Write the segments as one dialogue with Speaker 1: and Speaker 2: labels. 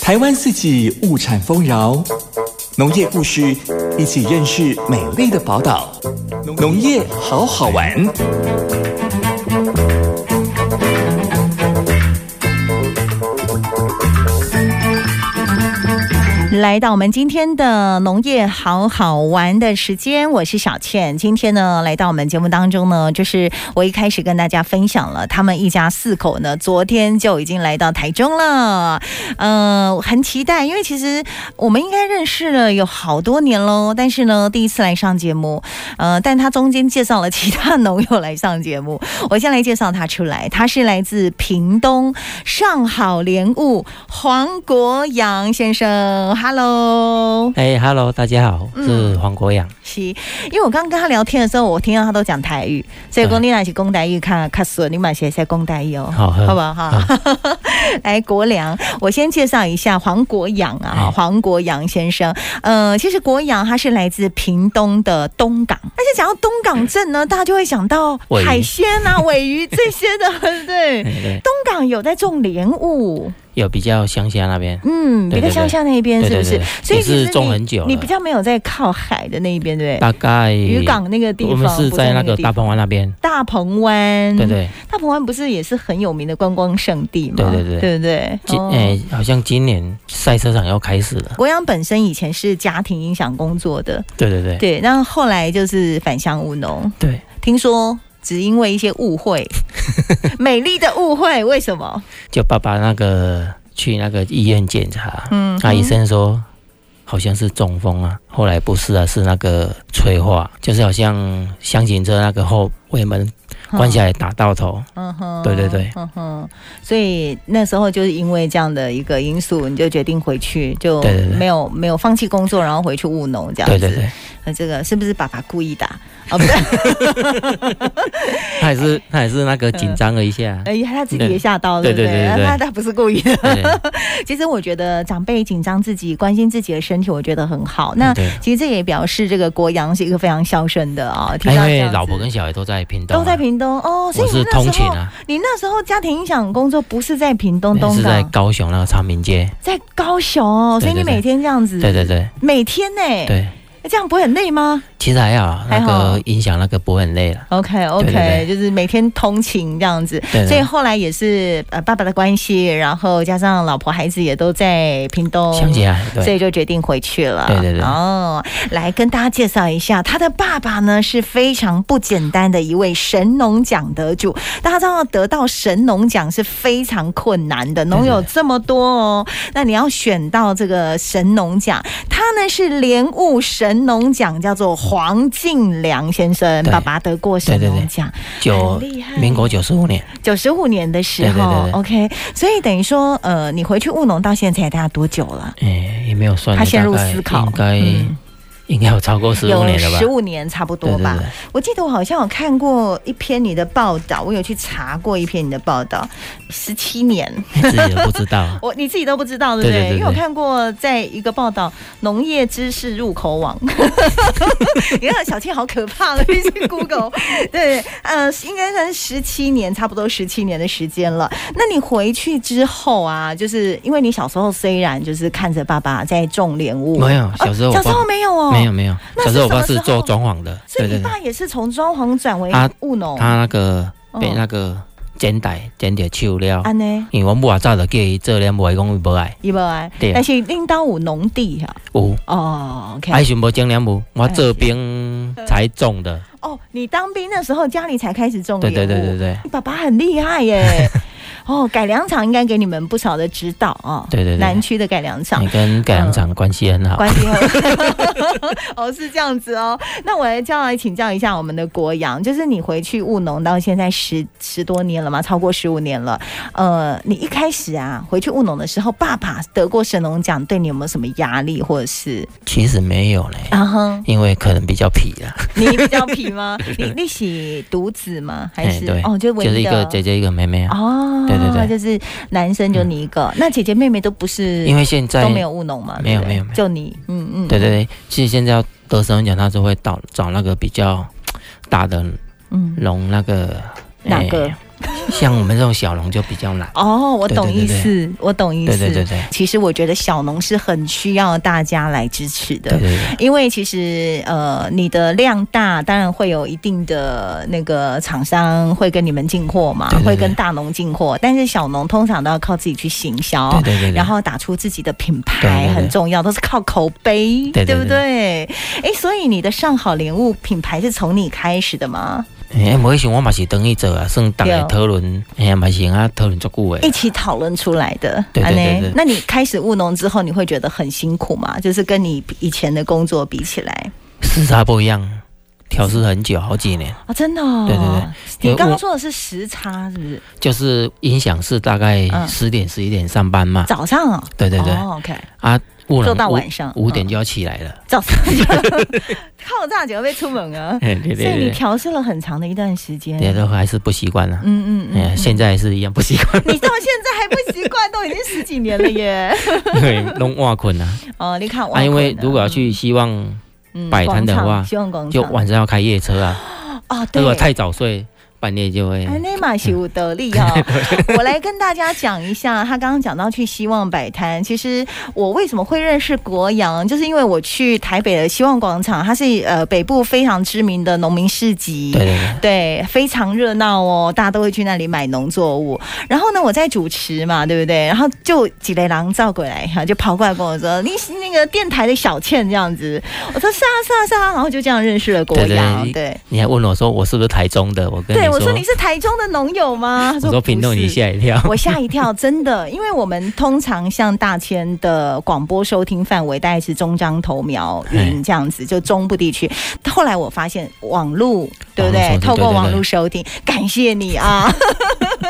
Speaker 1: 台湾四季物产丰饶，农业故事一起认识美丽的宝岛，农业好好玩。
Speaker 2: 来到我们今天的农业好好玩的时间，我是小倩。今天呢，来到我们节目当中呢，就是我一开始跟大家分享了，他们一家四口呢，昨天就已经来到台中了。呃，很期待，因为其实我们应该认识了有好多年喽，但是呢，第一次来上节目，呃，但他中间介绍了其他农友来上节目，我先来介绍他出来，他是来自屏东上好莲雾黄国阳先生，Hello，
Speaker 3: 哎、h e l l o 大家好，
Speaker 2: 嗯
Speaker 3: 我是黄国阳。
Speaker 2: 是因为我刚刚跟他聊天的时候，我听到他都讲台语，所以
Speaker 3: 对
Speaker 2: 讲你那是讲台语看看顺，你买些在讲台语哦，
Speaker 3: 好好
Speaker 2: 好不好？哈，
Speaker 3: 嗯
Speaker 2: 来国良，我先介绍一下黄国阳啊
Speaker 3: 哎，
Speaker 2: 黄国阳先生，呃，其实国阳他是来自屏东的东港，但是讲到东港镇呢，大家就会想到
Speaker 3: 嗯尾鱼
Speaker 2: 海鲜 啊、尾鱼这些的， 对不对？
Speaker 3: 哎对，
Speaker 2: 东港有在种莲雾，
Speaker 3: 有比较乡下那边，
Speaker 2: 嗯，
Speaker 3: 对
Speaker 2: 比较
Speaker 3: 对
Speaker 2: 乡下那边
Speaker 3: 对
Speaker 2: 是
Speaker 3: 对
Speaker 2: 不是
Speaker 3: 对？
Speaker 2: 所以
Speaker 3: 也
Speaker 2: 其实
Speaker 3: 是种
Speaker 2: 你
Speaker 3: 很久了
Speaker 2: 你比较没有在靠海的那一边，对不对？
Speaker 3: 大概
Speaker 2: 渔港那个地方，
Speaker 3: 我们是
Speaker 2: 不
Speaker 3: 在那个
Speaker 2: 地
Speaker 3: 大
Speaker 2: 方嗯哦
Speaker 3: 鹏湾那边。
Speaker 2: 大鹏湾，
Speaker 3: 对，对，
Speaker 2: 大鹏湾不是也是很有名的观光胜地吗？
Speaker 3: 对对对
Speaker 2: 对不对？
Speaker 3: 今
Speaker 2: 哦
Speaker 3: 哎、好像今年赛车场要开始了。
Speaker 2: 国阳本身以前是家庭影响工作的，
Speaker 3: 对对对
Speaker 2: 对，然后后来就是返乡务农，
Speaker 3: 对，
Speaker 2: 听说只因为一些误 会，美丽的误会，为什么？
Speaker 3: 就爸爸那个去那个医院检查，
Speaker 2: 嗯
Speaker 3: 那、医生说好像是中风啊，后来不是啊，是那个催化，就是好像箱型车那个后尾门关下来打到头。
Speaker 2: 嗯哼
Speaker 3: 对对对，
Speaker 2: 嗯哼，所以那时候就是因为这样的一个因素，你就决定回去，就
Speaker 3: 对对对
Speaker 2: 没有没有放弃工作，然后回去务农这样
Speaker 3: 对
Speaker 2: 子。
Speaker 3: 对对，
Speaker 2: 呃，这个是不是爸爸故意打？哦，不是，
Speaker 3: 他也是他也是那个紧张了一下。
Speaker 2: 哎，他自己也吓到，
Speaker 3: 对
Speaker 2: 不对
Speaker 3: 对对对对
Speaker 2: 他他不是故意的。
Speaker 3: 对对
Speaker 2: 其实我觉得长辈紧张自己、关心自己的身体，我觉得很好。那
Speaker 3: 嗯对
Speaker 2: 其实这也表示这个国阳是一个非常孝顺的啊、听
Speaker 3: 哎因
Speaker 2: 到这样
Speaker 3: 为
Speaker 2: 子
Speaker 3: 老婆跟小孩都在屏东、啊
Speaker 2: 都在。屏东哦，所
Speaker 3: 我
Speaker 2: 以你
Speaker 3: 是
Speaker 2: 那
Speaker 3: 通
Speaker 2: 时
Speaker 3: 勤
Speaker 2: 候、
Speaker 3: 啊，
Speaker 2: 你那时候家庭影响工作不是在屏东东
Speaker 3: 是在
Speaker 2: 港，
Speaker 3: 高雄那个昌明街。
Speaker 2: 在高雄哦，所以你
Speaker 3: 对对对
Speaker 2: 每天这样子，
Speaker 3: 对对对
Speaker 2: 每天呢、
Speaker 3: 对，
Speaker 2: 这样不会很累吗
Speaker 3: 其实还好啊，那
Speaker 2: 还好
Speaker 3: 个影响那个不会很累了。
Speaker 2: ？OK
Speaker 3: 对
Speaker 2: OK，
Speaker 3: 对
Speaker 2: 就是每天通勤这样子。
Speaker 3: 对
Speaker 2: 所以
Speaker 3: 对，
Speaker 2: 后来也是呃爸爸的关系，然后加上老婆孩子也都在屏东，
Speaker 3: 想起来，
Speaker 2: 所
Speaker 3: 对
Speaker 2: 以就决定回去了。
Speaker 3: 对对对
Speaker 2: 哦，来跟大家介绍一下，他的爸爸呢是非常不简单的一位神农奖得主。大家知道得到神农奖是非常困难的，农友
Speaker 3: 对对
Speaker 2: 这么多哦，那你要选到这个神农奖，他呢是莲雾神农奖，叫做黄敬良先生，
Speaker 3: 对
Speaker 2: 爸爸得过神
Speaker 3: 对对对
Speaker 2: 农奖，
Speaker 3: 九
Speaker 2: 很厉害
Speaker 3: 民国九十五年，
Speaker 2: 九十五年的时候
Speaker 3: 对对对对
Speaker 2: o k 所以等于说，呃，你回去务农到现在大概多久了？
Speaker 3: 哎，也没有算，
Speaker 2: 他陷入
Speaker 3: 大概
Speaker 2: 思考
Speaker 3: 应该
Speaker 2: 嗯
Speaker 3: 应该有超过十五
Speaker 2: 有
Speaker 3: 年了吧
Speaker 2: 十？五年差不多
Speaker 3: 对对
Speaker 2: 吧。
Speaker 3: 对，
Speaker 2: 我记得我好像有看过一篇你的报道，我有去查过一篇你的报道，十七年，
Speaker 3: 你 自己都不知道啊
Speaker 2: 。我你自己都不知道对不对？
Speaker 3: 对对对对
Speaker 2: 因为我看过在一个报道《农业知识入口网》， 你看小倩好可怕了，一去 Google，对， 呃，应该算是十七年，差不多十七年的时间了。那你回去之后啊，就是因为你小时候虽然就是看着爸爸在种莲雾，
Speaker 3: 没有，小时候我
Speaker 2: 小时
Speaker 3: 爸
Speaker 2: 候没有哦，
Speaker 3: 没有。没有，
Speaker 2: 那
Speaker 3: 小时候我爸
Speaker 2: 是什
Speaker 3: 是
Speaker 2: 么时候
Speaker 3: 做装潢的，
Speaker 2: 所
Speaker 3: 对
Speaker 2: 以
Speaker 3: 对
Speaker 2: 你
Speaker 3: 对
Speaker 2: 爸，哦也是从装潢转为
Speaker 3: 他
Speaker 2: 务农，啊
Speaker 3: 他那个被
Speaker 2: 哦
Speaker 3: 那个剪带剪掉手了，
Speaker 2: 安呢？
Speaker 3: 因为我母啊早就叫伊做了，无伊讲伊无爱，
Speaker 2: 伊无爱，
Speaker 3: 对啊
Speaker 2: 但是恁兜有农地哈、
Speaker 3: 有。
Speaker 2: 哦，OK，、
Speaker 3: 还想无种莲雾，我这边
Speaker 2: 哎
Speaker 3: 才种的。
Speaker 2: 哦，你当兵那时候家里才开始种
Speaker 3: 对
Speaker 2: 莲雾，
Speaker 3: 对对对对
Speaker 2: 你爸爸很厉害 耶。哦，改良场应该给你们不少的指导啊、哦。
Speaker 3: 对对对
Speaker 2: 南区的改良场
Speaker 3: 你。跟改良厂关系很好。
Speaker 2: 嗯关系很 哦，是这样子哦。那我来叫来请教一下我们的国阳，就是你回去务农到现在十十多年了嘛，超过十五年了。呃，你一开始啊回去务农的时候，爸爸得过神农奖，对你有没有什么压力，或者是
Speaker 3: 其实没有嘞，
Speaker 2: 啊哼，
Speaker 3: 因为可能比较皮啦，
Speaker 2: 你比较皮吗？ 你你是独子吗？还是、
Speaker 3: 哎对
Speaker 2: 哦，就是唯
Speaker 3: 就是
Speaker 2: 一
Speaker 3: 一
Speaker 2: 的
Speaker 3: 个姐姐一个妹妹啊。
Speaker 2: 哦，
Speaker 3: 对对 对
Speaker 2: 就是男生就你一个，那姐姐妹妹都不是，
Speaker 3: 因为现在
Speaker 2: 都没有务农嘛，
Speaker 3: 没有
Speaker 2: 对不对
Speaker 3: 没有没有
Speaker 2: 就你，嗯嗯，
Speaker 3: 对对，对，其实现在要得神奖，他是会找找那个比较大的
Speaker 2: 嗯，
Speaker 3: 龙那个
Speaker 2: 哪个
Speaker 3: 哎像我们这种小农就比较 难。
Speaker 2: 哦，我懂意思，
Speaker 3: 对
Speaker 2: 我懂意思。
Speaker 3: 对对对对
Speaker 2: 其实我觉得小农是很需要大家来支持的，
Speaker 3: 对对对，
Speaker 2: 因为其实呃，你的量大，当然会有一定的那个厂商会跟你们进货嘛，
Speaker 3: 对对对
Speaker 2: 会跟大农进货，但是小农通常都要靠自己去行销。
Speaker 3: 对对对对，
Speaker 2: 然后打出自己的品牌
Speaker 3: 对对对
Speaker 2: 很重要，都是靠口碑，
Speaker 3: 对对对
Speaker 2: 不对？哎，所以你的上好莲雾品牌是从你开始的吗？
Speaker 3: 诶，无迄时我嘛是等去做啊，算逐
Speaker 2: 对哦
Speaker 3: 个讨论，诶，嘛是啊讨论足久
Speaker 2: 一
Speaker 3: 诶。
Speaker 2: 起讨论出来的。
Speaker 3: 对对对
Speaker 2: 安内
Speaker 3: 对
Speaker 2: 那你开始务农之后，你会觉得很辛苦吗？就是跟你以前的工作比起来
Speaker 3: 时差不一样，调试很久，好几年，
Speaker 2: 啊、哦真的、哦。
Speaker 3: 对对对
Speaker 2: 你刚
Speaker 3: 因为
Speaker 2: 刚
Speaker 3: 我
Speaker 2: 说的是时差，是不是？
Speaker 3: 就是音响是大概
Speaker 2: 嗯
Speaker 3: 十点十一点上班嘛，
Speaker 2: 早上哦。
Speaker 3: 对对对，
Speaker 2: 哦、，OK，
Speaker 3: 啊，不
Speaker 2: 做
Speaker 3: 能
Speaker 2: 到
Speaker 3: 五
Speaker 2: 晚上
Speaker 3: 五点
Speaker 2: 嗯
Speaker 3: 就要起来了，
Speaker 2: 早上 就靠炸酒被出门啊，
Speaker 3: 嘿对
Speaker 2: 所以你
Speaker 3: 对
Speaker 2: 调试了很长的一段时间。
Speaker 3: 对，都还是不习惯啊，
Speaker 2: 嗯嗯
Speaker 3: 哎，
Speaker 2: 嗯，
Speaker 3: 现在是一样不习 惯，
Speaker 2: 你到现在还不习惯，都已经十几年了耶。
Speaker 3: 因为弄 晚困啊，
Speaker 2: 哦，你看，
Speaker 3: 啊，因为如果要去希望
Speaker 2: 嗯
Speaker 3: 摆摊的
Speaker 2: 广场
Speaker 3: 话
Speaker 2: 希望广场
Speaker 3: 就晚上要开夜车啊，
Speaker 2: 哦，
Speaker 3: 如
Speaker 2: 对，
Speaker 3: 果太早睡，半夜就会
Speaker 2: 哎，那嘛是有得力 哦。我来跟大家讲一下，他刚刚讲到去希望摆摊，其实我为什么会认识国阳，就是因为我去台北的希望广场，它是呃北部非常知名的农民市集。
Speaker 3: 对对对，
Speaker 2: 对，非常热闹哦，大家都会去那里买农作物。然后呢，我在主持嘛，对不对？然后就几雷狼照过来，哈，就跑过来跟我说：“你是那个电台的小倩这样子。”我说：“是啊，是啊，是啊。”然后就这样认识了国
Speaker 3: 对对
Speaker 2: 阳。
Speaker 3: 你
Speaker 2: 对，
Speaker 3: 你还问我说我是不是台中的，我跟你
Speaker 2: 对，我
Speaker 3: 说
Speaker 2: 说你，是台中的农友 吗？他
Speaker 3: 我说评论你。
Speaker 2: 不是嗯
Speaker 3: 吓一跳。
Speaker 2: 我吓一跳，真的， 因为我们通常像大千的广播收听范围大概是中彰投苗云
Speaker 3: 嘿
Speaker 2: 这样子，就中部地区。后来我发现网络，对不对？
Speaker 3: 网络收听
Speaker 2: 透过
Speaker 3: 对对对
Speaker 2: 网络收听，感谢你啊！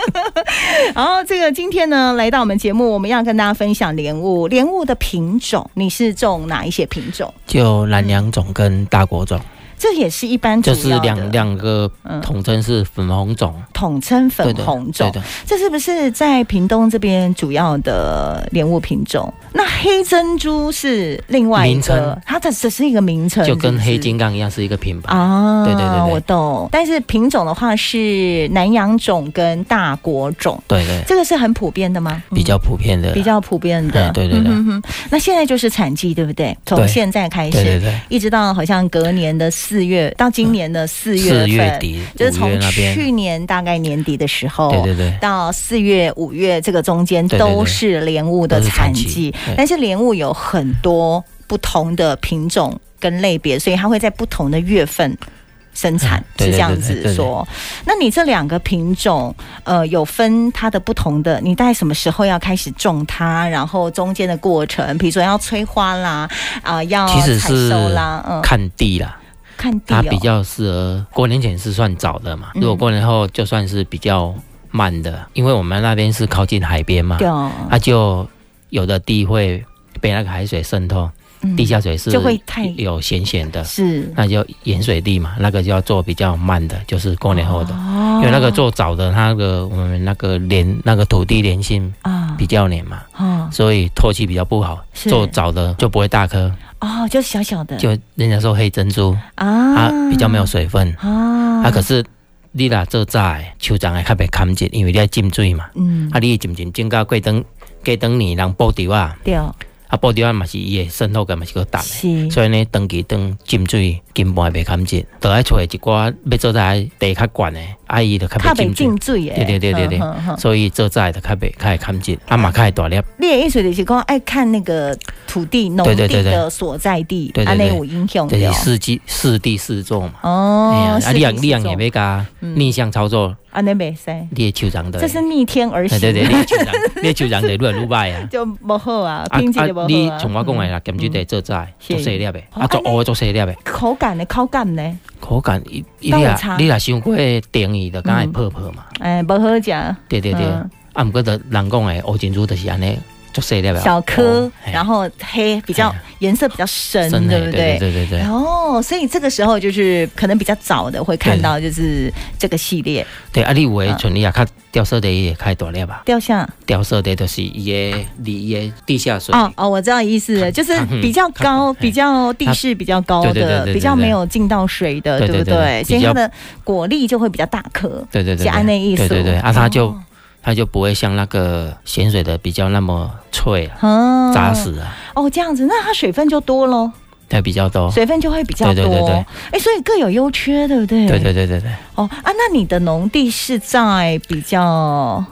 Speaker 2: 然后这个今天呢，来到我们节目，我们要跟大家分享莲雾，莲雾的品种，你是种哪一些品种？
Speaker 3: 就南洋种跟大国种，
Speaker 2: 这也是一般主
Speaker 3: 就
Speaker 2: 要
Speaker 3: 是
Speaker 2: 的
Speaker 3: 两两个
Speaker 2: 嗯
Speaker 3: 统称是粉红种，
Speaker 2: 统称粉
Speaker 3: 对的
Speaker 2: 红种
Speaker 3: 对。的，
Speaker 2: 这是不是在屏东这边主要的莲雾品种？那黑珍珠是另外一
Speaker 3: 名
Speaker 2: 个
Speaker 3: 称，
Speaker 2: 它的只是一个名称，
Speaker 3: 就跟黑
Speaker 2: 金
Speaker 3: 金刚一样是一个品牌。
Speaker 2: 啊，
Speaker 3: 对对对对
Speaker 2: 我懂。但是品种的话是南洋种跟大国种，
Speaker 3: 对对，
Speaker 2: 这个是很普遍的吗？嗯
Speaker 3: 比较普遍的啦，
Speaker 2: 比较普遍的，
Speaker 3: 嗯 对对对
Speaker 2: 嗯哼哼那现在就是产季，对不对？从
Speaker 3: 对
Speaker 2: 现在开
Speaker 3: 对对
Speaker 2: 始，
Speaker 3: 对，
Speaker 2: 一直到好像隔年的四月到今年的四月份，
Speaker 3: 四月底
Speaker 2: 就是
Speaker 3: 五月
Speaker 2: 从
Speaker 3: 那边，
Speaker 2: 去年大概年底的时候，
Speaker 3: 对对对，
Speaker 2: 到四月、五月这个中间
Speaker 3: 对对对
Speaker 2: 都是莲雾的
Speaker 3: 都是
Speaker 2: 产
Speaker 3: 产
Speaker 2: 季
Speaker 3: 期，对
Speaker 2: 但是莲雾有很多不同的品种跟类别，所以它会在不同的月份。生产
Speaker 3: 嗯对
Speaker 2: 是
Speaker 3: 对
Speaker 2: 这样
Speaker 3: 对对对
Speaker 2: 子
Speaker 3: 对
Speaker 2: 说，那你这两个品种，呃，有分它的不同的，你大概什么时候要开始种它，然后中间的过程，比如说要催花啦，啊、要
Speaker 3: 其实
Speaker 2: 采收
Speaker 3: 是
Speaker 2: 啦，嗯，
Speaker 3: 看地啦，
Speaker 2: 看地
Speaker 3: 它
Speaker 2: 哦，
Speaker 3: 比较适合过年前是算早的嘛，
Speaker 2: 嗯
Speaker 3: 如果过年后就算是比较慢的，因为我们那边是靠近海边嘛
Speaker 2: 对，哦，
Speaker 3: 它就有的地会被那个海水渗透，
Speaker 2: 嗯
Speaker 3: 地下水是
Speaker 2: 就会太
Speaker 3: 有咸咸的，
Speaker 2: 是
Speaker 3: 那就盐水地嘛，那个就要做比较慢的，就是过年后的。
Speaker 2: 哦
Speaker 3: 因为那个做早的，它那个我们那个连那个土地粘性
Speaker 2: 啊
Speaker 3: 比较黏嘛，
Speaker 2: 啊
Speaker 3: 所以透气比较不好。
Speaker 2: 是
Speaker 3: 做早的就不会大颗，
Speaker 2: 哦，就是小小的，
Speaker 3: 就人家说黑珍珠，它、
Speaker 2: 啊，
Speaker 3: 比较没有水分。
Speaker 2: 啊，
Speaker 3: 它、可是你若做早的，手掌会较袂堪紧，因为你要浸水嘛。
Speaker 2: 嗯
Speaker 3: 啊，，你浸浸浸到过等过等年人布掉啊，
Speaker 2: 对，哦
Speaker 3: 啊布掉啊嘛是伊的渗透感嘛是够淡的。
Speaker 2: 是
Speaker 3: 所以呢，长期当浸水根本袂堪浸，就爱找一寡要做在地较悬的，啊伊就较
Speaker 2: 怕
Speaker 3: 袂
Speaker 2: 被
Speaker 3: 浸水。
Speaker 2: 浸嗯水诶，
Speaker 3: 对对对对对
Speaker 2: 哼哼哼
Speaker 3: 所以做在的较袂较会看
Speaker 2: 哦
Speaker 3: 见，啊嘛较会大粒，
Speaker 2: 你的意思就是讲爱看那个土地农
Speaker 3: 对
Speaker 2: 地
Speaker 3: 对对对
Speaker 2: 的所在地，
Speaker 3: 对对对
Speaker 2: 安内有影响
Speaker 3: 就
Speaker 2: 的
Speaker 3: 是四季四地四作嘛。
Speaker 2: 哦
Speaker 3: 哎呀，啊，
Speaker 2: 是
Speaker 3: 你样
Speaker 2: 是
Speaker 3: 你样
Speaker 2: 是
Speaker 3: 也要加
Speaker 2: 嗯
Speaker 3: 逆向操作，
Speaker 2: 安内袂使，
Speaker 3: 你的手掌的，
Speaker 2: 这是逆天而
Speaker 3: 哎
Speaker 2: 行，。
Speaker 3: 对对，你的手掌，你的手掌就越来越歹啊
Speaker 2: 就不好啊，
Speaker 3: 啊
Speaker 2: 品质就不
Speaker 3: 啊！你
Speaker 2: 好啊。
Speaker 3: 像我讲的啦，咸
Speaker 2: 嗯
Speaker 3: 水地做在
Speaker 2: 是
Speaker 3: 做细粒的，
Speaker 2: 哦
Speaker 3: 啊做
Speaker 2: 安尼
Speaker 3: 乌的做细粒的，
Speaker 2: 口感的口感呢，
Speaker 3: 口感伊伊
Speaker 2: 都有
Speaker 3: 你
Speaker 2: 差
Speaker 3: 啊你若想过定义，就敢会泡泡嘛。
Speaker 2: 哎，不好食。
Speaker 3: 对对对，
Speaker 2: 嗯
Speaker 3: 啊毋过就人讲的乌珍珠就是安尼就碎掉了，
Speaker 2: 小颗
Speaker 3: 哦，哎
Speaker 2: 然后黑，比较
Speaker 3: 哎
Speaker 2: 颜色比较深，
Speaker 3: 深的哎
Speaker 2: 对不
Speaker 3: 对对对对对
Speaker 2: 哦，所以这个时候就是可能比较早的会看到，就是这个系列
Speaker 3: 对啊，你有诶
Speaker 2: 嗯，
Speaker 3: 像你也较掉色的也开大粒吧，
Speaker 2: 雕像。
Speaker 3: 掉色的就是伊诶离伊诶地下水。
Speaker 2: 哦哦，我知道意思了，就是比较高、
Speaker 3: 嗯
Speaker 2: 比较地势比较高
Speaker 3: 对对对
Speaker 2: 的
Speaker 3: 对，对
Speaker 2: 比较没有进到水的，
Speaker 3: 对
Speaker 2: 对不
Speaker 3: 对对
Speaker 2: 对？
Speaker 3: 对
Speaker 2: 所以
Speaker 3: 比
Speaker 2: 它
Speaker 3: 较
Speaker 2: 的果粒就会比较大颗。
Speaker 3: 对对对，
Speaker 2: 是安内意思
Speaker 3: 对对对，啊，它就
Speaker 2: 哦
Speaker 3: 它就不会像那个咸水的比较那么脆啊，
Speaker 2: 哦
Speaker 3: 扎实啊，
Speaker 2: 哦，这样子，那它水分就多喽，
Speaker 3: 它比较多。
Speaker 2: 水分就会比较
Speaker 3: 哦对对对
Speaker 2: 多
Speaker 3: 对。
Speaker 2: 哎，所以各有优缺，对不对？
Speaker 3: 对对对对对，
Speaker 2: 哦啊，那你的农地是在比较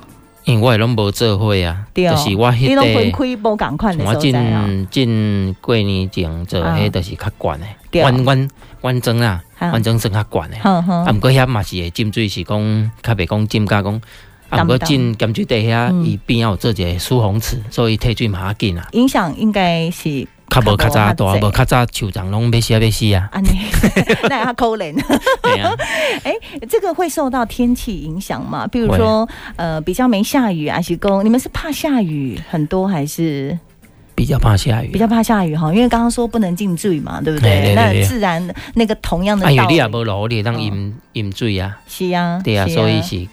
Speaker 3: 因为我也拢无做伙啊，
Speaker 2: 对哦
Speaker 3: 就是我
Speaker 2: 你
Speaker 3: 迄
Speaker 2: 都分
Speaker 3: 块，
Speaker 2: 开无赶快的
Speaker 3: 我
Speaker 2: 所在啊？
Speaker 3: 进进过年前做，
Speaker 2: 啊
Speaker 3: 迄就是较悬的。
Speaker 2: 对
Speaker 3: 阮阮阮庄啊，
Speaker 2: 啊
Speaker 3: 阮庄算较悬的。
Speaker 2: 嗯哼
Speaker 3: 啊，
Speaker 2: 哼，
Speaker 3: 毋过遐嘛是会浸水，是讲较袂讲浸甲讲。啊，毋过
Speaker 2: 淡淡
Speaker 3: 浸咸水地遐，
Speaker 2: 嗯
Speaker 3: 伊边仔有做一个疏洪池，所以退水嘛较紧啊。
Speaker 2: 影响应该是
Speaker 3: 较无较
Speaker 2: 较
Speaker 3: 早大，
Speaker 2: 无遐。
Speaker 3: 无较早树丛拢要死啊要死 啊
Speaker 2: 安尼，那他扣脸。
Speaker 3: 对啊，
Speaker 2: 这个会受到天气影响吗？比如
Speaker 3: 会
Speaker 2: 说，呃，比较没下雨，还是公，你们是怕下雨很多，还是
Speaker 3: 比较怕啊下雨。
Speaker 2: 比较怕下雨哈？因为刚刚说不能进水嘛，对不对？
Speaker 3: 哎对对对
Speaker 2: 那自然那个同样的
Speaker 3: 啊，因
Speaker 2: 道
Speaker 3: 为你
Speaker 2: 理，
Speaker 3: 也无落雨，你当淹淹水啊，
Speaker 2: 是啊，
Speaker 3: 对啊，
Speaker 2: 是
Speaker 3: 所以是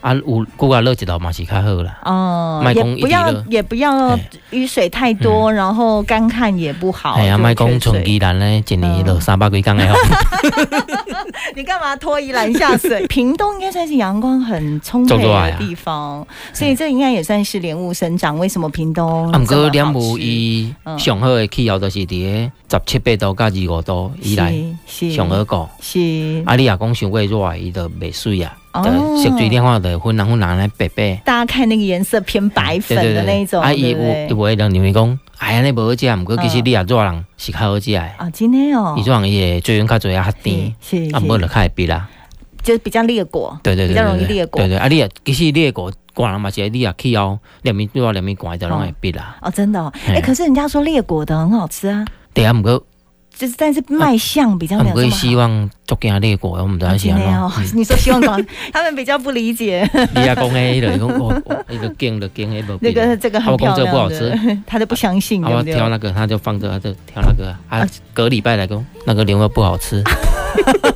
Speaker 3: 啊，有久啊落一头嘛是较好啦。
Speaker 2: 哦，
Speaker 3: 麦
Speaker 2: 也
Speaker 3: 公一
Speaker 2: 不
Speaker 3: 滴
Speaker 2: 要
Speaker 3: 了
Speaker 2: 也不要
Speaker 3: 哎
Speaker 2: 雨水太多，
Speaker 3: 嗯
Speaker 2: 然后干旱也不好。
Speaker 3: 哎
Speaker 2: 哦
Speaker 3: 呀，
Speaker 2: 就
Speaker 3: 莫
Speaker 2: 缺
Speaker 3: 讲
Speaker 2: 水
Speaker 3: 像宜兰咧，一年
Speaker 2: 嗯
Speaker 3: 落三百几工诶吼，
Speaker 2: 你干嘛拖宜兰下水？屏东应该算是阳光很充沛
Speaker 3: 种多
Speaker 2: 的
Speaker 3: 啊呀
Speaker 2: 地方，所以这应该也算是莲雾生长。为什么屏东哦
Speaker 3: 啊，毋
Speaker 2: 这么
Speaker 3: 过
Speaker 2: 好
Speaker 3: 两无
Speaker 2: 吃
Speaker 3: 伊
Speaker 2: 嗯
Speaker 3: 上好诶气候就是伫咧十七八度到二五度以内
Speaker 2: 是是
Speaker 3: 上好顾。
Speaker 2: 是
Speaker 3: 啊，你若讲伤过热，伊就袂水啊，
Speaker 2: 哦
Speaker 3: 就涉水的话就粉红粉红咧白白。
Speaker 2: 大家看那个颜色偏白粉
Speaker 3: 对对
Speaker 2: 的
Speaker 3: 对
Speaker 2: 那一种，
Speaker 3: 啊，伊
Speaker 2: 对
Speaker 3: 有
Speaker 2: 不对
Speaker 3: 伊袂人认为讲，哎呀，你无好食，毋过其实
Speaker 2: 嗯
Speaker 3: 你若热人是较好食诶，
Speaker 2: 啊，今天哦
Speaker 3: 伊，热人伊会水分较侪啊较甜，
Speaker 2: 是，
Speaker 3: 啊，无就是较会逼啦。
Speaker 2: 就是比较烈果，
Speaker 3: 对对对，
Speaker 2: 比较容易
Speaker 3: 对对
Speaker 2: 裂果
Speaker 3: 对对，啊，你也其实裂果，寒人嘛是会，你也气候，两面热两面寒，就拢会逼啦。
Speaker 2: 哦，真的哦，
Speaker 3: 哎
Speaker 2: 哎，可是人家说烈果的很好吃啊，
Speaker 3: 对啊，毋过
Speaker 2: 就是但是卖相比较
Speaker 3: 啊，
Speaker 2: 没
Speaker 3: 毋
Speaker 2: 有这么
Speaker 3: 过
Speaker 2: 好
Speaker 3: 希。望足惊裂果，我毋知
Speaker 2: 啊
Speaker 3: 影是嗯
Speaker 2: 真
Speaker 3: 安
Speaker 2: 的哦
Speaker 3: 怎。，
Speaker 2: 你说希望广， 他们比较不理解
Speaker 3: 你也讲诶，就是讲哦，哦伊就惊就惊，迄无
Speaker 2: 那
Speaker 3: 逼
Speaker 2: 个
Speaker 3: 啦。
Speaker 2: 这个
Speaker 3: 啊
Speaker 2: 很
Speaker 3: 我
Speaker 2: 漂
Speaker 3: 讲这
Speaker 2: 亮
Speaker 3: 个
Speaker 2: 的，嗯
Speaker 3: 不好吃
Speaker 2: 他都不相信，
Speaker 3: 啊，
Speaker 2: 对
Speaker 3: 我
Speaker 2: 不对？
Speaker 3: 挑那个，他就放着，他就挑那个啊啊。隔礼拜来讲，那个牛肉不好吃，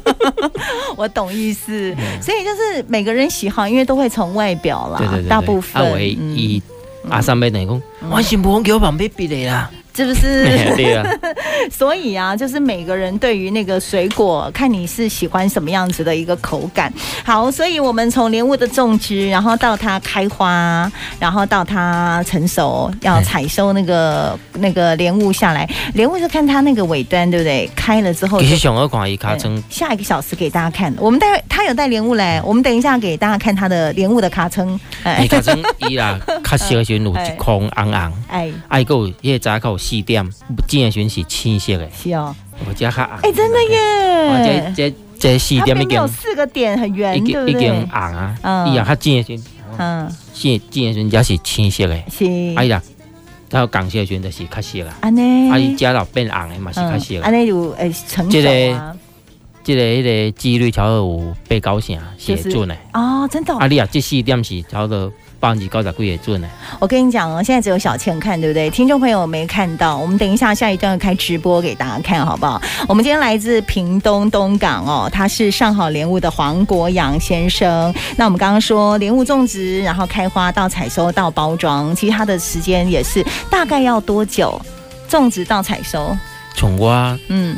Speaker 2: 我懂意思，所以就是每个人喜好，因为都会从外表啦
Speaker 3: 嗯对对对，对。
Speaker 2: 大部分
Speaker 3: 啊，我会
Speaker 2: 嗯
Speaker 3: 伊阿三妹等于讲，我是无叫旁边逼的啦。
Speaker 2: 是不是？
Speaker 3: 对啊，
Speaker 2: 所以啊，就是每个人对于那个水果，看你是喜欢什么样子的一个口感。好，所以我们从莲雾的种植，然后到它开花，然后到它成熟，要
Speaker 3: 嗯
Speaker 2: 采收那个那个莲雾下来。莲雾是看它那个尾端，对不对？开了之后
Speaker 3: 其
Speaker 2: 就
Speaker 3: 实。上好看伊尻川
Speaker 2: 嗯下一个小时给大家看，我们带他有带莲雾
Speaker 3: 嗯
Speaker 2: 来，我们等一下给大家看他的莲雾的卡称。哎
Speaker 3: 伊尻川伊 啦，较小的时阵有一空红红。
Speaker 2: 哎，
Speaker 3: 啊，伊个有迄个早较有四点，正的时阵是青色的，
Speaker 2: 是哦，
Speaker 3: 我遮较红。
Speaker 2: 哎，真的
Speaker 3: 哇！
Speaker 2: 耶，
Speaker 3: 这这这四
Speaker 2: 它
Speaker 3: 点已
Speaker 2: 边有
Speaker 3: 经
Speaker 2: 四个点很圆，
Speaker 3: 已
Speaker 2: 对
Speaker 3: 经
Speaker 2: 不
Speaker 3: 已经
Speaker 2: 对
Speaker 3: 红？啊，
Speaker 2: 嗯
Speaker 3: 伊若较正的时阵，
Speaker 2: 嗯，
Speaker 3: 正正的时阵才是青色的，
Speaker 2: 是。
Speaker 3: 啊伊若到红色的时阵就是较色啦，
Speaker 2: 安尼，
Speaker 3: 啊伊遮到变红的嘛是较
Speaker 2: 嗯
Speaker 3: 色
Speaker 2: 安
Speaker 3: 啦。
Speaker 2: 尼有诶成熟
Speaker 3: 这
Speaker 2: 啊
Speaker 3: 个，即个迄个几率差不多有八九成是会准的，
Speaker 2: 哦，真的哦、
Speaker 3: 啊你若这四点是差不多百分之九十几会准的。
Speaker 2: 我跟你讲哦，现在只有小倩看，对不对？听众朋友没看到，我们等一下下一段开直播给大家看，好不好？我们今天来自屏东东港哦，他是上好莲雾的黄国阳先生。那我们刚刚说莲雾种植，然后开花到采收到包装，其实它的时间也是大概要多久？种植到采收，
Speaker 3: 像我
Speaker 2: 嗯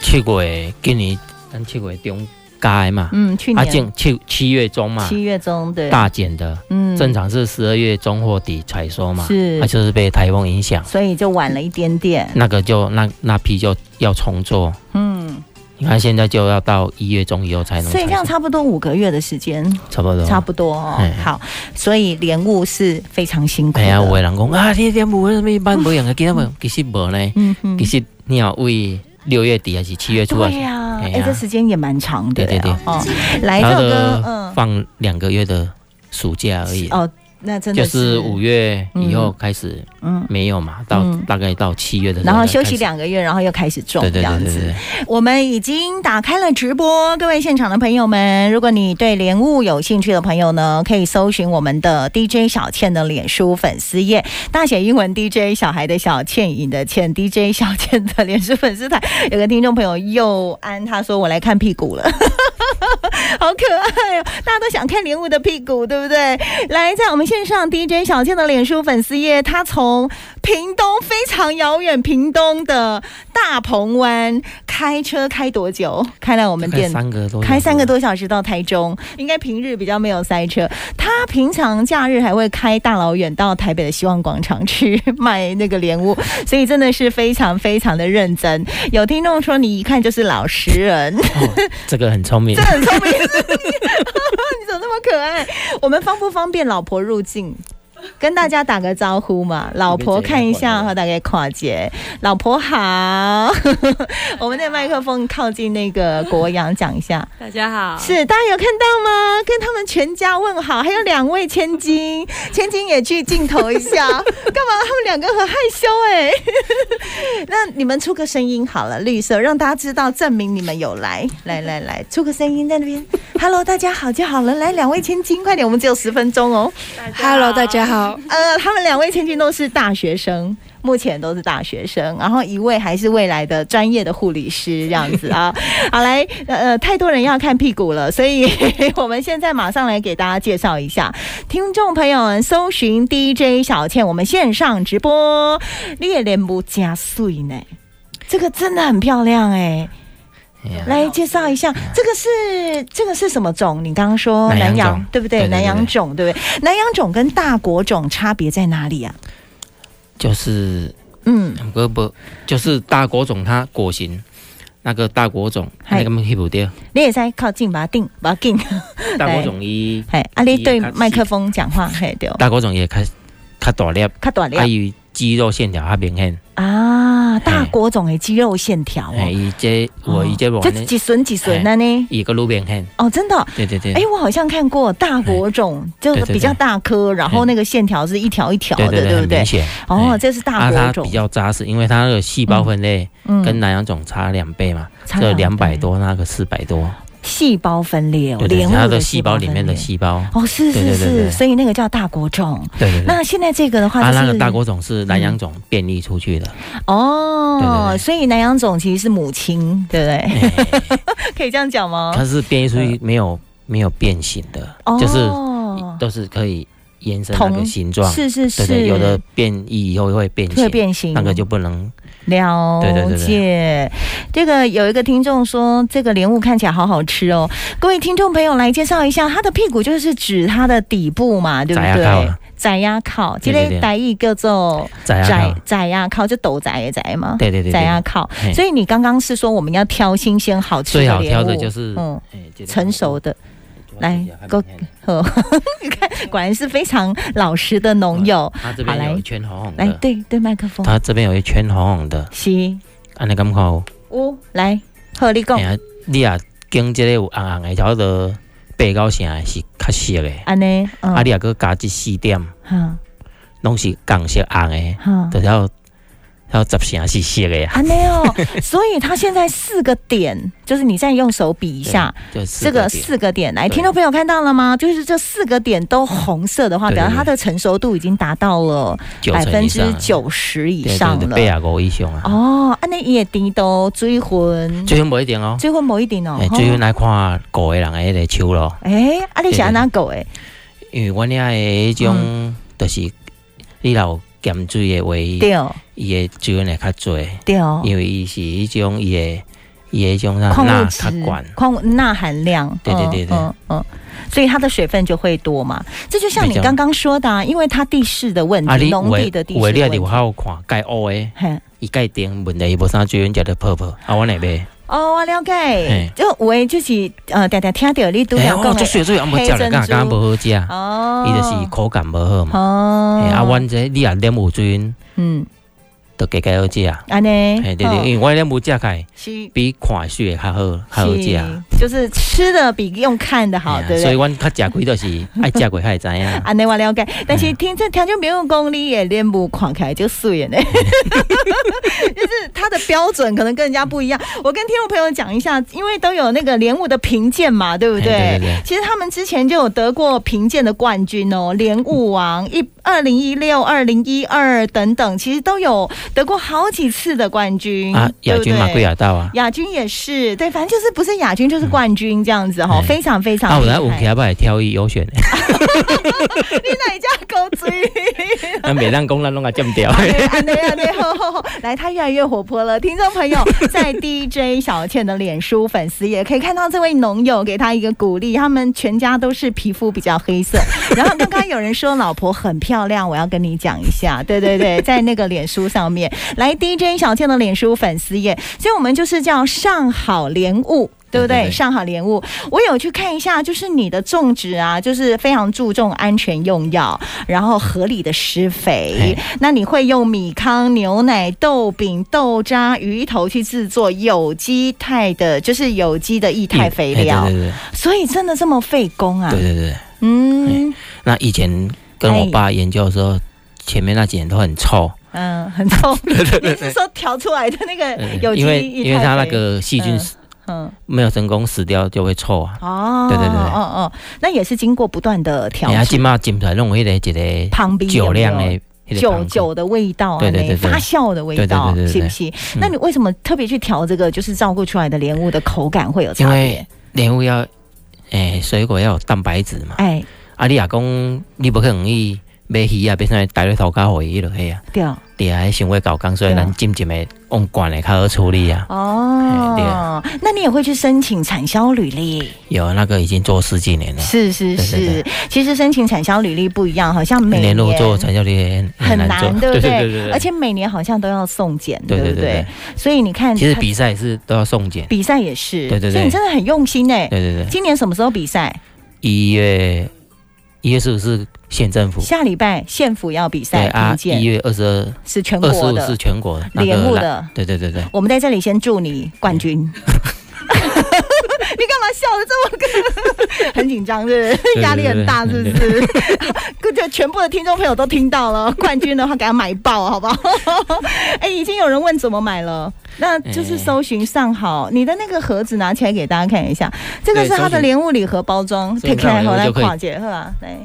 Speaker 3: 七月今年咱七月中加的嘛，
Speaker 2: 嗯，去
Speaker 3: 啊
Speaker 2: 年、
Speaker 3: 正七七月中嘛，
Speaker 2: 七月中对，
Speaker 3: 大减的。
Speaker 2: 嗯
Speaker 3: 正常是十二月中或底采收嘛，
Speaker 2: 是
Speaker 3: 它、就是被台风影响，
Speaker 2: 所以就晚了一点点，
Speaker 3: 那个就那那批就要重做。
Speaker 2: 嗯。
Speaker 3: 你看现在就要到一月中以后才能
Speaker 2: 所以
Speaker 3: 采
Speaker 2: 这样
Speaker 3: 收，
Speaker 2: 差不多五个月的时间，
Speaker 3: 差不多。
Speaker 2: 差不多、哦
Speaker 3: 哎。
Speaker 2: 好，所以莲雾是非常辛苦
Speaker 3: 哎呀，有
Speaker 2: 的。
Speaker 3: 的人讲啊，你点无什么一般无用的， 其实无，其实无呢。
Speaker 2: 嗯哼
Speaker 3: 其，实你要为六月底还是七月初啊
Speaker 2: 对，呀，
Speaker 3: 哎
Speaker 2: 哎，
Speaker 3: 呀
Speaker 2: 这时间也蛮长的。
Speaker 3: 对对对
Speaker 2: 哦，来这
Speaker 3: 然
Speaker 2: 首
Speaker 3: 后
Speaker 2: 歌，
Speaker 3: 就
Speaker 2: 嗯，
Speaker 3: 放两个月的暑假而已。
Speaker 2: 哦，那真的
Speaker 3: 就是五月以后开始
Speaker 2: 嗯，
Speaker 3: 没有嘛，到
Speaker 2: 嗯
Speaker 3: 大概到七月的时候，
Speaker 2: 然后休息。两个月，然后又开始种
Speaker 3: 对
Speaker 2: 这
Speaker 3: 对
Speaker 2: 样
Speaker 3: 对对
Speaker 2: 子。
Speaker 3: 对，
Speaker 2: 我们已经打开了直播，各位现场的朋友们，如果你对莲雾有兴趣的朋友呢，可以搜寻我们的 DJ 小倩的脸书粉丝页，大写英文 DJ 小孩的小倩颖的倩 DJ 小倩的脸书粉丝团。 有个听众朋友佑安他说：“我来看屁股了。” 好可爱哦！大家都想看莲雾的屁股，对不对？来，在我们线上 DJ 小倩的脸书粉丝页，她从屏东非常遥远屏东的大鹏湾开车开多久？开来我们
Speaker 3: 大概
Speaker 2: 店。
Speaker 3: 三个多，
Speaker 2: 开三个，多小时到台中，应该平日比较没有塞车。他平常假日还会开大老远到台北的希望广场去 卖那个莲雾，所以真的是非常非常的认真。有听众说你一看就是老实人，
Speaker 3: 这个很聪明
Speaker 2: 真的。很聪明，你怎么那么可爱？我们方不方便老婆入境？跟大家打个招呼嘛，老婆看一下哈，大概跨界，老婆好。 我们的麦克风靠近那个国阳讲一下，
Speaker 4: 大家好，
Speaker 2: 是大家有看到吗？跟他们全家问好，还有两位千金， 千金也去镜头一下，干嘛？他们两个很害羞哎、 那你们出个声音好了，绿色让大家知道，证明你们有来。来来来，出个声音在那边，Hello，大家好就好了。来，两位千金，快点，我们只有十分钟哦。
Speaker 4: Hello，大家好，
Speaker 2: 呃，他们两位千金都是大学生，目前都是大学生，然后一位还是未来的专业的护理师这样子啊。好来，呃，太多人要看屁股了，所以 我们现在马上来给大家介绍一下，听众朋友们，搜寻 DJ 小倩，我们线上直播，烈脸不加碎呢。这个真的很漂亮哎、
Speaker 3: 哎呀
Speaker 2: 来介绍一下，这个是这个是什么种？你刚刚说
Speaker 3: 南
Speaker 2: 南
Speaker 3: 洋
Speaker 2: 洋
Speaker 3: 种
Speaker 2: 对不
Speaker 3: 对
Speaker 2: 对？
Speaker 3: 对
Speaker 2: 南洋
Speaker 3: 对
Speaker 2: 种对不对？南洋种跟大国种差别在哪里啊？
Speaker 3: 就是
Speaker 2: 嗯，
Speaker 3: 不不，就是大果种它果形，那个大果种
Speaker 2: 嗨
Speaker 3: 那个黑不掉，
Speaker 2: 你也在靠近，把它定，把它定。
Speaker 3: 大果种伊
Speaker 2: 嘿，啊，你对
Speaker 3: 也较细
Speaker 2: 麦克风讲话，嘿，对，哦
Speaker 3: 大果种也较较大粒，
Speaker 2: 较大
Speaker 3: 啊
Speaker 2: 量
Speaker 3: 伊肌肉线条较明显，
Speaker 2: 啊，大国种的肌肉线条
Speaker 3: 哎
Speaker 2: 哦，
Speaker 3: 伊这我伊这无
Speaker 2: 这
Speaker 3: 呢，
Speaker 2: 几笋几笋的呢？
Speaker 3: 伊个路边看，
Speaker 2: 哦，真的，
Speaker 3: 对哎对对，
Speaker 2: 哎，我好像看过大国种，就是
Speaker 3: 对对对
Speaker 2: 比较大颗，然后那个线条是一条一条
Speaker 3: 对
Speaker 2: 的，
Speaker 3: 对
Speaker 2: 对不
Speaker 3: 很明
Speaker 2: 对？
Speaker 3: 显。
Speaker 2: 哦，
Speaker 3: 哎
Speaker 2: 这是大
Speaker 3: 啊
Speaker 2: 国
Speaker 3: 它
Speaker 2: 种
Speaker 3: 比，较扎实，因为它那个细胞分类
Speaker 2: 嗯
Speaker 3: 跟南洋种差两倍嘛，
Speaker 2: 差
Speaker 3: 这两
Speaker 2: 两
Speaker 3: 百
Speaker 2: 倍
Speaker 3: 多，那个四百多，
Speaker 2: 细胞分裂哦，
Speaker 3: 对对，
Speaker 2: 莲雾
Speaker 3: 它的细
Speaker 2: 细
Speaker 3: 胞
Speaker 2: 胞
Speaker 3: 里面的
Speaker 2: 分裂。
Speaker 3: 细胞，
Speaker 2: 哦，是
Speaker 3: 对
Speaker 2: 是
Speaker 3: 对对
Speaker 2: 是，
Speaker 3: 对
Speaker 2: 所以那个叫大国种。
Speaker 3: 对对对。
Speaker 2: 那现在这个的话，
Speaker 3: 啊，
Speaker 2: 就是嗯
Speaker 3: 那个大国种是南洋种变异出 去的，对对
Speaker 2: 哦，
Speaker 3: 对
Speaker 2: 所以南洋种其实是母亲，对不 对？
Speaker 3: 哎
Speaker 2: 可以这样讲吗？
Speaker 3: 它是变异出
Speaker 2: 呃
Speaker 3: 去没有没有变形的，就是
Speaker 2: 哦
Speaker 3: 都是可以延伸那个
Speaker 2: 同
Speaker 3: 形状。
Speaker 2: 是是
Speaker 3: 对
Speaker 2: 是，
Speaker 3: 对，有的变异以后会变
Speaker 2: 会
Speaker 3: 形，
Speaker 2: 变形，
Speaker 3: 那个就不能。
Speaker 2: 了解。
Speaker 3: 对对对对
Speaker 2: 这个有一个听众说，这个莲雾看起来好好吃哦。各位听众朋友来介绍一下，它的屁股就是指它的底部嘛，对不
Speaker 3: 宰鸭烤
Speaker 2: 对
Speaker 3: 啊？
Speaker 2: 宰鸭烤，这
Speaker 3: 对对
Speaker 2: 类
Speaker 3: 对
Speaker 2: 台语叫做
Speaker 3: 宰啊
Speaker 2: 宰
Speaker 3: 靠
Speaker 2: 宰鸭烤，就斗宰的宰嘛，
Speaker 3: 对对对
Speaker 2: 宰鸭
Speaker 3: 对，
Speaker 2: 烤。
Speaker 3: 嘿
Speaker 2: 所以你刚刚是说我们要挑新鲜好吃的
Speaker 3: 最好
Speaker 2: 莲雾
Speaker 3: 挑的就是
Speaker 2: 嗯
Speaker 3: 哎这个
Speaker 2: 成熟的。来
Speaker 3: 这
Speaker 2: 够
Speaker 3: 个
Speaker 2: 呵， 你看，果然是非常老实的农友。
Speaker 3: 它这
Speaker 2: 好来
Speaker 3: 边有一圈红红
Speaker 2: 来，
Speaker 3: 的，
Speaker 2: 对对，麦克风。
Speaker 3: 它这边有一圈红红的，
Speaker 2: 是，
Speaker 3: 安尼感觉有。
Speaker 2: 有来，好，你讲
Speaker 3: 哎，呀，你啊经这个有红红的，差不多八九成的是较熟的，
Speaker 2: 安尼，
Speaker 3: 啊，
Speaker 2: 嗯，
Speaker 3: 你啊搁加这四点，
Speaker 2: 哈
Speaker 3: 拢是共色红的，
Speaker 2: 哈，
Speaker 3: 就要要十成是熟的啊。
Speaker 2: 安尼哦，所以他现在四个点， 就是你再用手比一下，
Speaker 3: 对，就
Speaker 2: 这
Speaker 3: 四
Speaker 2: 个
Speaker 3: 个点
Speaker 2: 四个点，来，
Speaker 3: 对
Speaker 2: 听众朋友看到了吗？就是这四个点都红色的话，
Speaker 3: 对对
Speaker 2: 表示
Speaker 3: 对
Speaker 2: 它的成熟度已经达到了
Speaker 3: 九
Speaker 2: 百
Speaker 3: 成
Speaker 2: 分
Speaker 3: 以上
Speaker 2: 之
Speaker 3: 啊，
Speaker 2: 九十以
Speaker 3: 对
Speaker 2: 上
Speaker 3: 对对，
Speaker 2: 了。
Speaker 3: 八啊五以上啊。
Speaker 2: 哦，安尼伊的甜度追魂，
Speaker 3: 最近无一定哦，
Speaker 2: 追魂某一点哦
Speaker 3: 诶，。
Speaker 2: 吼
Speaker 3: 最近来看五个人的迄个手咯，
Speaker 2: 哎，啊，你是安哪狗诶？
Speaker 3: 因为阮遐的迄种就是你若有咸水的话，
Speaker 2: 嗯对哦
Speaker 3: 伊的水分会较侪，
Speaker 2: 对，哦
Speaker 3: 因为伊是迄种伊的伊的迄种啥
Speaker 2: 矿物
Speaker 3: 呃钠
Speaker 2: 质
Speaker 3: 较悬。
Speaker 2: 矿物钠含量，
Speaker 3: 对对对对
Speaker 2: 嗯嗯，所以它的水分就会多嘛。这就像你
Speaker 3: 比较
Speaker 2: 刚刚说的、啊，因为它地势的问
Speaker 3: 啊，
Speaker 2: 题，
Speaker 3: 你
Speaker 2: 农、
Speaker 3: 有
Speaker 2: 地的
Speaker 3: 的
Speaker 2: 地
Speaker 3: 有
Speaker 2: 势
Speaker 3: 的你
Speaker 2: 的
Speaker 3: 也
Speaker 2: 问题
Speaker 3: 伫。好看，盖乌的，
Speaker 2: 嘿
Speaker 3: 伊盖顶问题无啥水分，食着泡泡，啊，阮会买。
Speaker 2: 哦，我了解
Speaker 3: 嘿，
Speaker 2: 就有的就是呃，常常听到你都
Speaker 3: 哎，
Speaker 2: 要
Speaker 3: 我
Speaker 2: 啊讲
Speaker 3: 这
Speaker 2: 的
Speaker 3: 水水也无食
Speaker 2: 黑珍
Speaker 3: 了，敢
Speaker 2: 珠
Speaker 3: 敢无好食，啊伊
Speaker 2: 哦
Speaker 3: 就是口感无好嘛。啊
Speaker 2: 哦
Speaker 3: 嘿，啊，阮这你也啉有水分，
Speaker 2: 嗯
Speaker 3: 都加加好食啊。
Speaker 2: 安尼，
Speaker 3: 嘿，对
Speaker 2: 吼
Speaker 3: 对，因为我咱无食开，
Speaker 2: 是
Speaker 3: 比看水的较好，较好食。
Speaker 2: 是，就是吃的比用看的好，
Speaker 3: 嘿啊
Speaker 2: 对不
Speaker 3: 所以
Speaker 2: 对？
Speaker 3: 阮较食亏都是 爱食过较会知啊影。
Speaker 2: 安尼我了
Speaker 3: 哎
Speaker 2: 解，但是听这条就没有功力耶，脸部看起来就素 颜呢，就是他的标准可能跟人家不一样。我跟听众朋友讲一下，因为都有那个莲雾的评鉴嘛，对不对？
Speaker 3: 哎对对对
Speaker 2: 其实他们之前就有得过评鉴的冠军 哦，莲雾王一二零一六、二零一二等等，其实都有得过好几次的冠军
Speaker 3: 啊，亚
Speaker 2: 嗯对不
Speaker 3: 军马
Speaker 2: 对
Speaker 3: 贵亚道啊，
Speaker 2: 亚军也是，对，反正就是不是亚军就是冠军这样子哈、
Speaker 3: 嗯
Speaker 2: 非常非常
Speaker 3: 啊，我
Speaker 2: 厉
Speaker 3: 来有
Speaker 2: 害。
Speaker 3: 起来会挑伊优选的，
Speaker 2: 你哪一家狗追？
Speaker 3: 咱袂当讲咱拢甲占 掉。
Speaker 2: 安内安内，吼吼吼！来，他越来越活泼了。听众朋友，在 DJ 小倩的脸书粉丝也可以看到这位农友，给他一个鼓励。他们全家都是皮肤比较黑色。然后刚刚有人说老婆很漂亮，我要跟你讲一下。对对对，在那个脸书上面，来 DJ 小倩的脸书粉丝页，所以我们就是叫上好莲雾。对不对？
Speaker 3: 对对对
Speaker 2: 上好莲雾，我有去看一下，就是你的种植啊，就是非常注重安全用药，然后合理的施肥
Speaker 3: 嘿。
Speaker 2: 那你会用米糠、牛奶、豆饼、豆渣、鱼头去制作有机态的，就是有机的液态肥料，
Speaker 3: 嘿对对
Speaker 2: 所以真的这么费工啊
Speaker 3: 对？对对对。
Speaker 2: 嗯
Speaker 3: 那以前跟我爸研究的时候，前面那几年都很臭，
Speaker 2: 嗯，很臭。你是说调出来的那个哎有机
Speaker 3: 呃嗯因为
Speaker 2: 液态肥？
Speaker 3: 因为它那个细菌
Speaker 2: 嗯嗯。
Speaker 3: 没有成功死掉就会臭啊。
Speaker 2: 哦，
Speaker 3: 对对对
Speaker 2: 哦哦，那也是经过不断的调
Speaker 3: 哎呀，
Speaker 2: 整
Speaker 3: 今，嘛进出来弄迄个一个
Speaker 2: 旁边有
Speaker 3: 酒
Speaker 2: 没有
Speaker 3: 量哎的那个
Speaker 2: 酒
Speaker 3: 旁
Speaker 2: 酒的味道啊，
Speaker 3: 对对对对
Speaker 2: 发酵的味道，
Speaker 3: 对对对
Speaker 2: 是
Speaker 3: 对对
Speaker 2: 不是？那你为什么特别去调这个？就是照顾出来的莲雾的口感会有差
Speaker 3: 因
Speaker 2: 别
Speaker 3: 为？莲雾要诶、水果要有蛋白质嘛。
Speaker 2: 哎，
Speaker 3: 啊，你若讲你不可能去买鱼啊，变成带咧头家互伊落去啊。
Speaker 2: 对啊，
Speaker 3: 对啊，想要搞工，所以
Speaker 2: 对啊
Speaker 3: 咱浸浸的用管的较好处理啊。哎对
Speaker 2: 哦，那你也会去申请产销履历？
Speaker 3: 有那个已经做十几年了，
Speaker 2: 是是
Speaker 3: 对对
Speaker 2: 是，其实申请产销履历不一样，好像每年
Speaker 3: 年入做产销率也
Speaker 2: 很
Speaker 3: 难做
Speaker 2: 难，，对不
Speaker 3: 对对对对，
Speaker 2: 而且每年好像都要送检，
Speaker 3: 对
Speaker 2: 不
Speaker 3: 对对对，
Speaker 2: 所以你看，
Speaker 3: 其实
Speaker 2: 他
Speaker 3: 比赛是都要送检，
Speaker 2: 比赛也是，
Speaker 3: 对对对
Speaker 2: 所以你真的很用心哎。
Speaker 3: 对对对，
Speaker 2: 今年什么时候比赛？
Speaker 3: 一月一月十五是县政府，
Speaker 2: 下礼拜县府要比
Speaker 3: 对
Speaker 2: 赛
Speaker 3: 啊
Speaker 2: 评，
Speaker 3: 一
Speaker 2: 鉴，
Speaker 3: 月二十二
Speaker 2: 是全
Speaker 3: 二十
Speaker 2: 国
Speaker 3: 五是
Speaker 2: 的
Speaker 3: 全国那
Speaker 2: 联
Speaker 3: 个
Speaker 2: 雾
Speaker 3: 蓝，
Speaker 2: 的。
Speaker 3: 对对对对，
Speaker 2: 我们在这里先祝你冠军。你干嘛笑的这么很紧张？是不是
Speaker 3: 对
Speaker 2: 压力很大？是不是？就全部的听众朋友都听到了，冠军的话给他买爆，好不 好？哎，已经有人问怎么买了，那就是搜寻上好你的那个盒子，拿起来给大家看一下。这个是它的莲雾礼盒包装，
Speaker 3: 搜寻
Speaker 2: 开
Speaker 3: 搜
Speaker 2: 后
Speaker 3: 寻上好
Speaker 2: 来
Speaker 3: 就可以
Speaker 2: 跨界，好吧？来。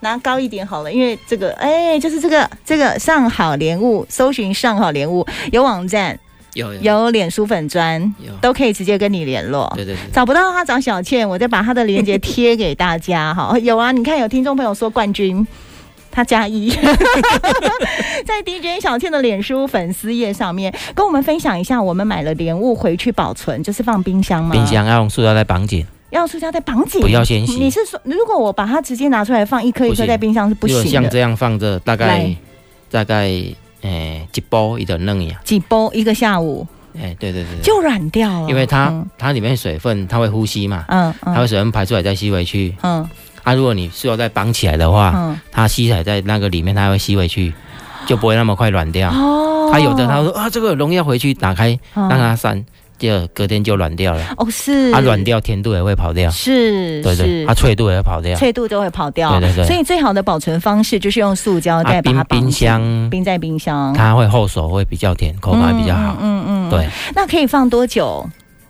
Speaker 2: 拿高一点好了，因为这个，哎，就是这个，这个上好莲雾，搜寻上好莲雾，有网站，
Speaker 3: 有有
Speaker 2: 有脸书粉砖，
Speaker 3: 有，
Speaker 2: 都可以直接跟你联络。
Speaker 3: 嗯对对对，
Speaker 2: 找不到他找小倩，我再把他的链接贴给大家。哈，有啊，你看有听众朋友说冠军。他加一， 在 DJ 小倩的脸书粉丝页上面跟我们分享一下，我们买了莲雾回去保存，就是放冰箱吗？
Speaker 3: 冰箱要啊用塑料袋绑紧，
Speaker 2: 要塑胶袋绑紧，
Speaker 3: 不要先洗
Speaker 2: 你是说，如果我把它直接拿出来放一颗一
Speaker 3: 不
Speaker 2: 颗
Speaker 3: 行
Speaker 2: 在冰箱是不
Speaker 3: 如果
Speaker 2: 行
Speaker 3: 像
Speaker 2: 的？
Speaker 3: 这样放着，大概
Speaker 2: 来
Speaker 3: 大概诶一包一的嫩呀，
Speaker 2: 几包一个下午
Speaker 3: 啊哎对对对对，
Speaker 2: 就软掉了，
Speaker 3: 因为它
Speaker 2: 嗯
Speaker 3: 它里面水分它会呼吸嘛，
Speaker 2: 嗯
Speaker 3: 它
Speaker 2: 嗯
Speaker 3: 会水分排出来再吸回去，
Speaker 2: 嗯
Speaker 3: 啊如果你塑料袋绑起来的话，
Speaker 2: 嗯
Speaker 3: 它吸起来在那个里面它会吸回去，就不会那么快软掉。
Speaker 2: 哦，
Speaker 3: 他有的他说啊，这个溶液回去打开
Speaker 2: 嗯
Speaker 3: 让它散，就隔天就软掉了。
Speaker 2: 哦是
Speaker 3: 它软掉，甜度也会跑掉，
Speaker 2: 是
Speaker 3: 对对，
Speaker 2: 是
Speaker 3: 它脆度也会跑掉。
Speaker 2: 脆哦度就会跑掉。
Speaker 3: 对对对
Speaker 2: 所以最好的保存方式就是用塑胶袋
Speaker 3: 啊，
Speaker 2: 哦把它绑
Speaker 3: 冰冰
Speaker 2: 起
Speaker 3: 箱
Speaker 2: 冰在冰箱，
Speaker 3: 它会后手会比较甜，口感会比较好。
Speaker 2: 嗯嗯嗯
Speaker 3: 对，
Speaker 2: 那可以放多久？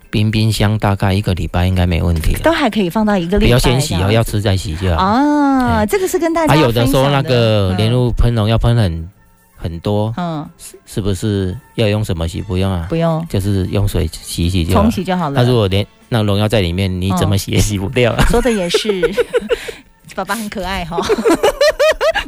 Speaker 3: 冰冰箱大概一个礼拜应该没问题了。
Speaker 2: 都还可以放到一个
Speaker 3: 不
Speaker 2: 礼拜这
Speaker 3: 要
Speaker 2: 样。
Speaker 3: 先洗哦，要吃再洗就好。
Speaker 2: 啊，
Speaker 3: 哎
Speaker 2: 这个是跟大家
Speaker 3: 还有的
Speaker 2: 分
Speaker 3: 时候
Speaker 2: 享
Speaker 3: 那个
Speaker 2: 嗯
Speaker 3: 莲雾喷农药喷很很多，
Speaker 2: 嗯，
Speaker 3: 是不是要用什么洗？不用啊，
Speaker 2: 不用
Speaker 3: 就是用水洗一洗就好
Speaker 2: 冲。洗就好了
Speaker 3: 啊那。如果连那农药在里面，你怎么洗也洗不 掉啊。
Speaker 2: 说的也是，爸爸很可爱哈、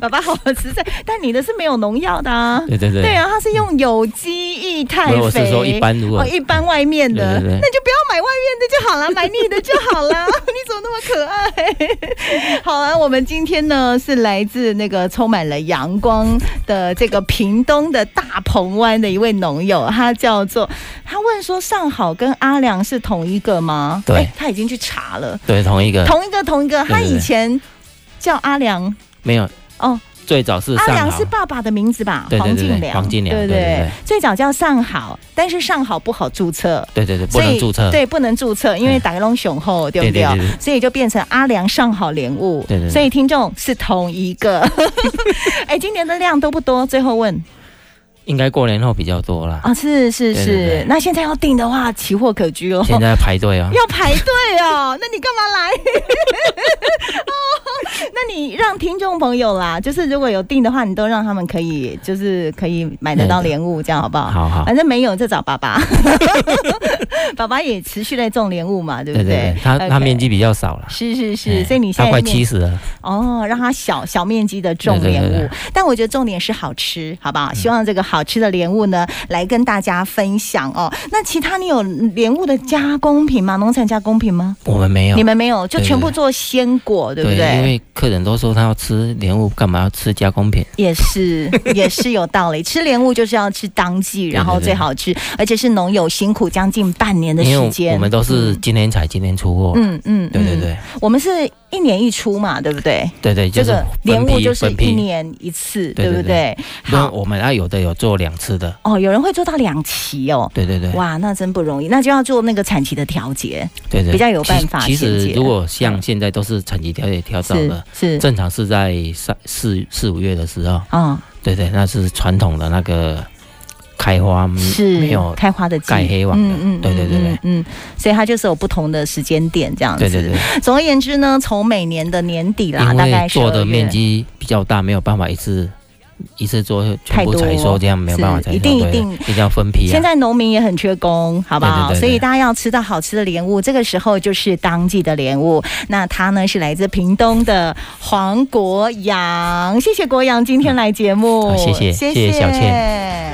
Speaker 2: 爸爸好实在，但你的是没有农药的啊。
Speaker 3: 对对对。
Speaker 2: 对啊，它是用有机液态
Speaker 3: 没有，
Speaker 2: 肥。
Speaker 3: 我是说一般如果
Speaker 2: 哦，一般外面的，
Speaker 3: 对对对
Speaker 2: 那你就不要买外面的就好了，买你的就好了。 你怎么那么可爱？ 好了，我们今天呢是来自那个充满了阳光的这个屏东的大鹏湾的一位农友，他叫做他问说上好跟阿良是同一个吗？
Speaker 3: 对
Speaker 2: 哎他已经去查了，
Speaker 3: 对，同一个
Speaker 2: 同一个同一个，
Speaker 3: 对对
Speaker 2: 他
Speaker 3: 对
Speaker 2: 以前叫阿良
Speaker 3: 没有
Speaker 2: 哦，
Speaker 3: 最早是
Speaker 2: 阿
Speaker 3: 上
Speaker 2: 良
Speaker 3: 好
Speaker 2: 是，爸爸的名字吧？
Speaker 3: 对对对
Speaker 2: 黄
Speaker 3: 对
Speaker 2: 敬良，
Speaker 3: 黄敬良
Speaker 2: 对
Speaker 3: 对对对
Speaker 2: 最早叫上好，但是上好不好注册，
Speaker 3: 对对对，不
Speaker 2: 所以
Speaker 3: 能注册，
Speaker 2: 对，不能注册，因为打开龙雄厚，对不对
Speaker 3: 对对对？对
Speaker 2: 所以就变成阿良上好莲雾，
Speaker 3: 对对对
Speaker 2: 所以听众是同一个。 哎，今年的量都不多，最后问
Speaker 3: 应该过年后比较多啦。
Speaker 2: 啊，是是
Speaker 3: 对对
Speaker 2: 是
Speaker 3: 对，
Speaker 2: 那现在要订的话，奇货可居哦。
Speaker 3: 现在要排队啊，
Speaker 2: 要排队哦，那你干嘛来？ 哦，那你让听众朋友啦，就是如果有订的话，你都让他们可以，就是可以买得到莲雾，这样好不好？
Speaker 3: 好好，
Speaker 2: 反正没有就找爸爸， 爸爸也持续在种莲雾嘛，对不
Speaker 3: 对对对，它它
Speaker 2: OK
Speaker 3: 面积比较少了，
Speaker 2: 是是
Speaker 3: 哎
Speaker 2: 是，所以你现
Speaker 3: 它
Speaker 2: 在
Speaker 3: 快
Speaker 2: 面
Speaker 3: 七十了，
Speaker 2: 哦，让它小小面积的种
Speaker 3: 对对
Speaker 2: 莲雾，
Speaker 3: 对嗯对
Speaker 2: 但我觉得重点是好吃，好不好？希望这个好吃的莲雾呢，来跟大家分享哦。那其他你有莲雾的加工品吗？农产加工品吗？
Speaker 3: 我们没有
Speaker 2: 你。们没有，就
Speaker 3: 对对
Speaker 2: 全部做鲜果，对不
Speaker 3: 因
Speaker 2: 对？
Speaker 3: 为客人都说他要吃莲雾，干嘛要吃加工品？
Speaker 2: 也是， 也是有道理。吃莲雾就是要吃当季，
Speaker 3: 对
Speaker 2: 然后
Speaker 3: 对对
Speaker 2: 最好吃，而且是农友辛苦将近半年的
Speaker 3: 因
Speaker 2: 时
Speaker 3: 为
Speaker 2: 间。
Speaker 3: 我们都是今年采，今年出货。
Speaker 2: 嗯嗯，
Speaker 3: 对对
Speaker 2: 嗯，
Speaker 3: 对
Speaker 2: 我们是一年一出嘛，对不对？
Speaker 3: 对对，
Speaker 2: 这
Speaker 3: 就是
Speaker 2: 个莲
Speaker 3: 分
Speaker 2: 雾
Speaker 3: 批
Speaker 2: 就是
Speaker 3: 分
Speaker 2: 一
Speaker 3: 批。
Speaker 2: 年一次，
Speaker 3: 对
Speaker 2: 对不
Speaker 3: 对
Speaker 2: 对？
Speaker 3: 那
Speaker 2: 好
Speaker 3: 我们啊，有的有做两次的。
Speaker 2: 哦，有人会做到两期哦。
Speaker 3: 对对对，
Speaker 2: 哇，那真不容易，那就要做那个产期的调节，
Speaker 3: 对对，
Speaker 2: 比较有办法
Speaker 3: 其其
Speaker 2: 衔
Speaker 3: 实
Speaker 2: 接
Speaker 3: 如果像现在都是产期调节调到
Speaker 2: 是
Speaker 3: 的，
Speaker 2: 是，
Speaker 3: 正常是在三四四五月的时候。
Speaker 2: 嗯，
Speaker 3: 对对，那是传统的那个开花
Speaker 2: 是
Speaker 3: 嗯没有
Speaker 2: 开花的季
Speaker 3: 盖黑网的。
Speaker 2: 嗯
Speaker 3: 对对对对
Speaker 2: 嗯嗯，所以它就是有不同的时间点这样子。
Speaker 3: 对对对，
Speaker 2: 总而言之呢，从每年的年底啦，
Speaker 3: 因
Speaker 2: 大概
Speaker 3: 为做
Speaker 2: 12
Speaker 3: 的
Speaker 2: 月
Speaker 3: 面积比较大，没有办法一次一次做全
Speaker 2: 太
Speaker 3: 部
Speaker 2: 多
Speaker 3: 采收，这样没有办法采收，
Speaker 2: 是一定
Speaker 3: 对
Speaker 2: 一定
Speaker 3: 一定要分批啊
Speaker 2: 现。在农民也很缺工，好不好？
Speaker 3: 对对对对
Speaker 2: 所以大家要吃到好吃的莲雾，这个时候就是当季的莲雾。那它呢是来自屏东的黄国阳，谢谢国阳今天来节目，
Speaker 3: 好谢谢
Speaker 2: 谢
Speaker 3: 谢谢小
Speaker 2: 倩。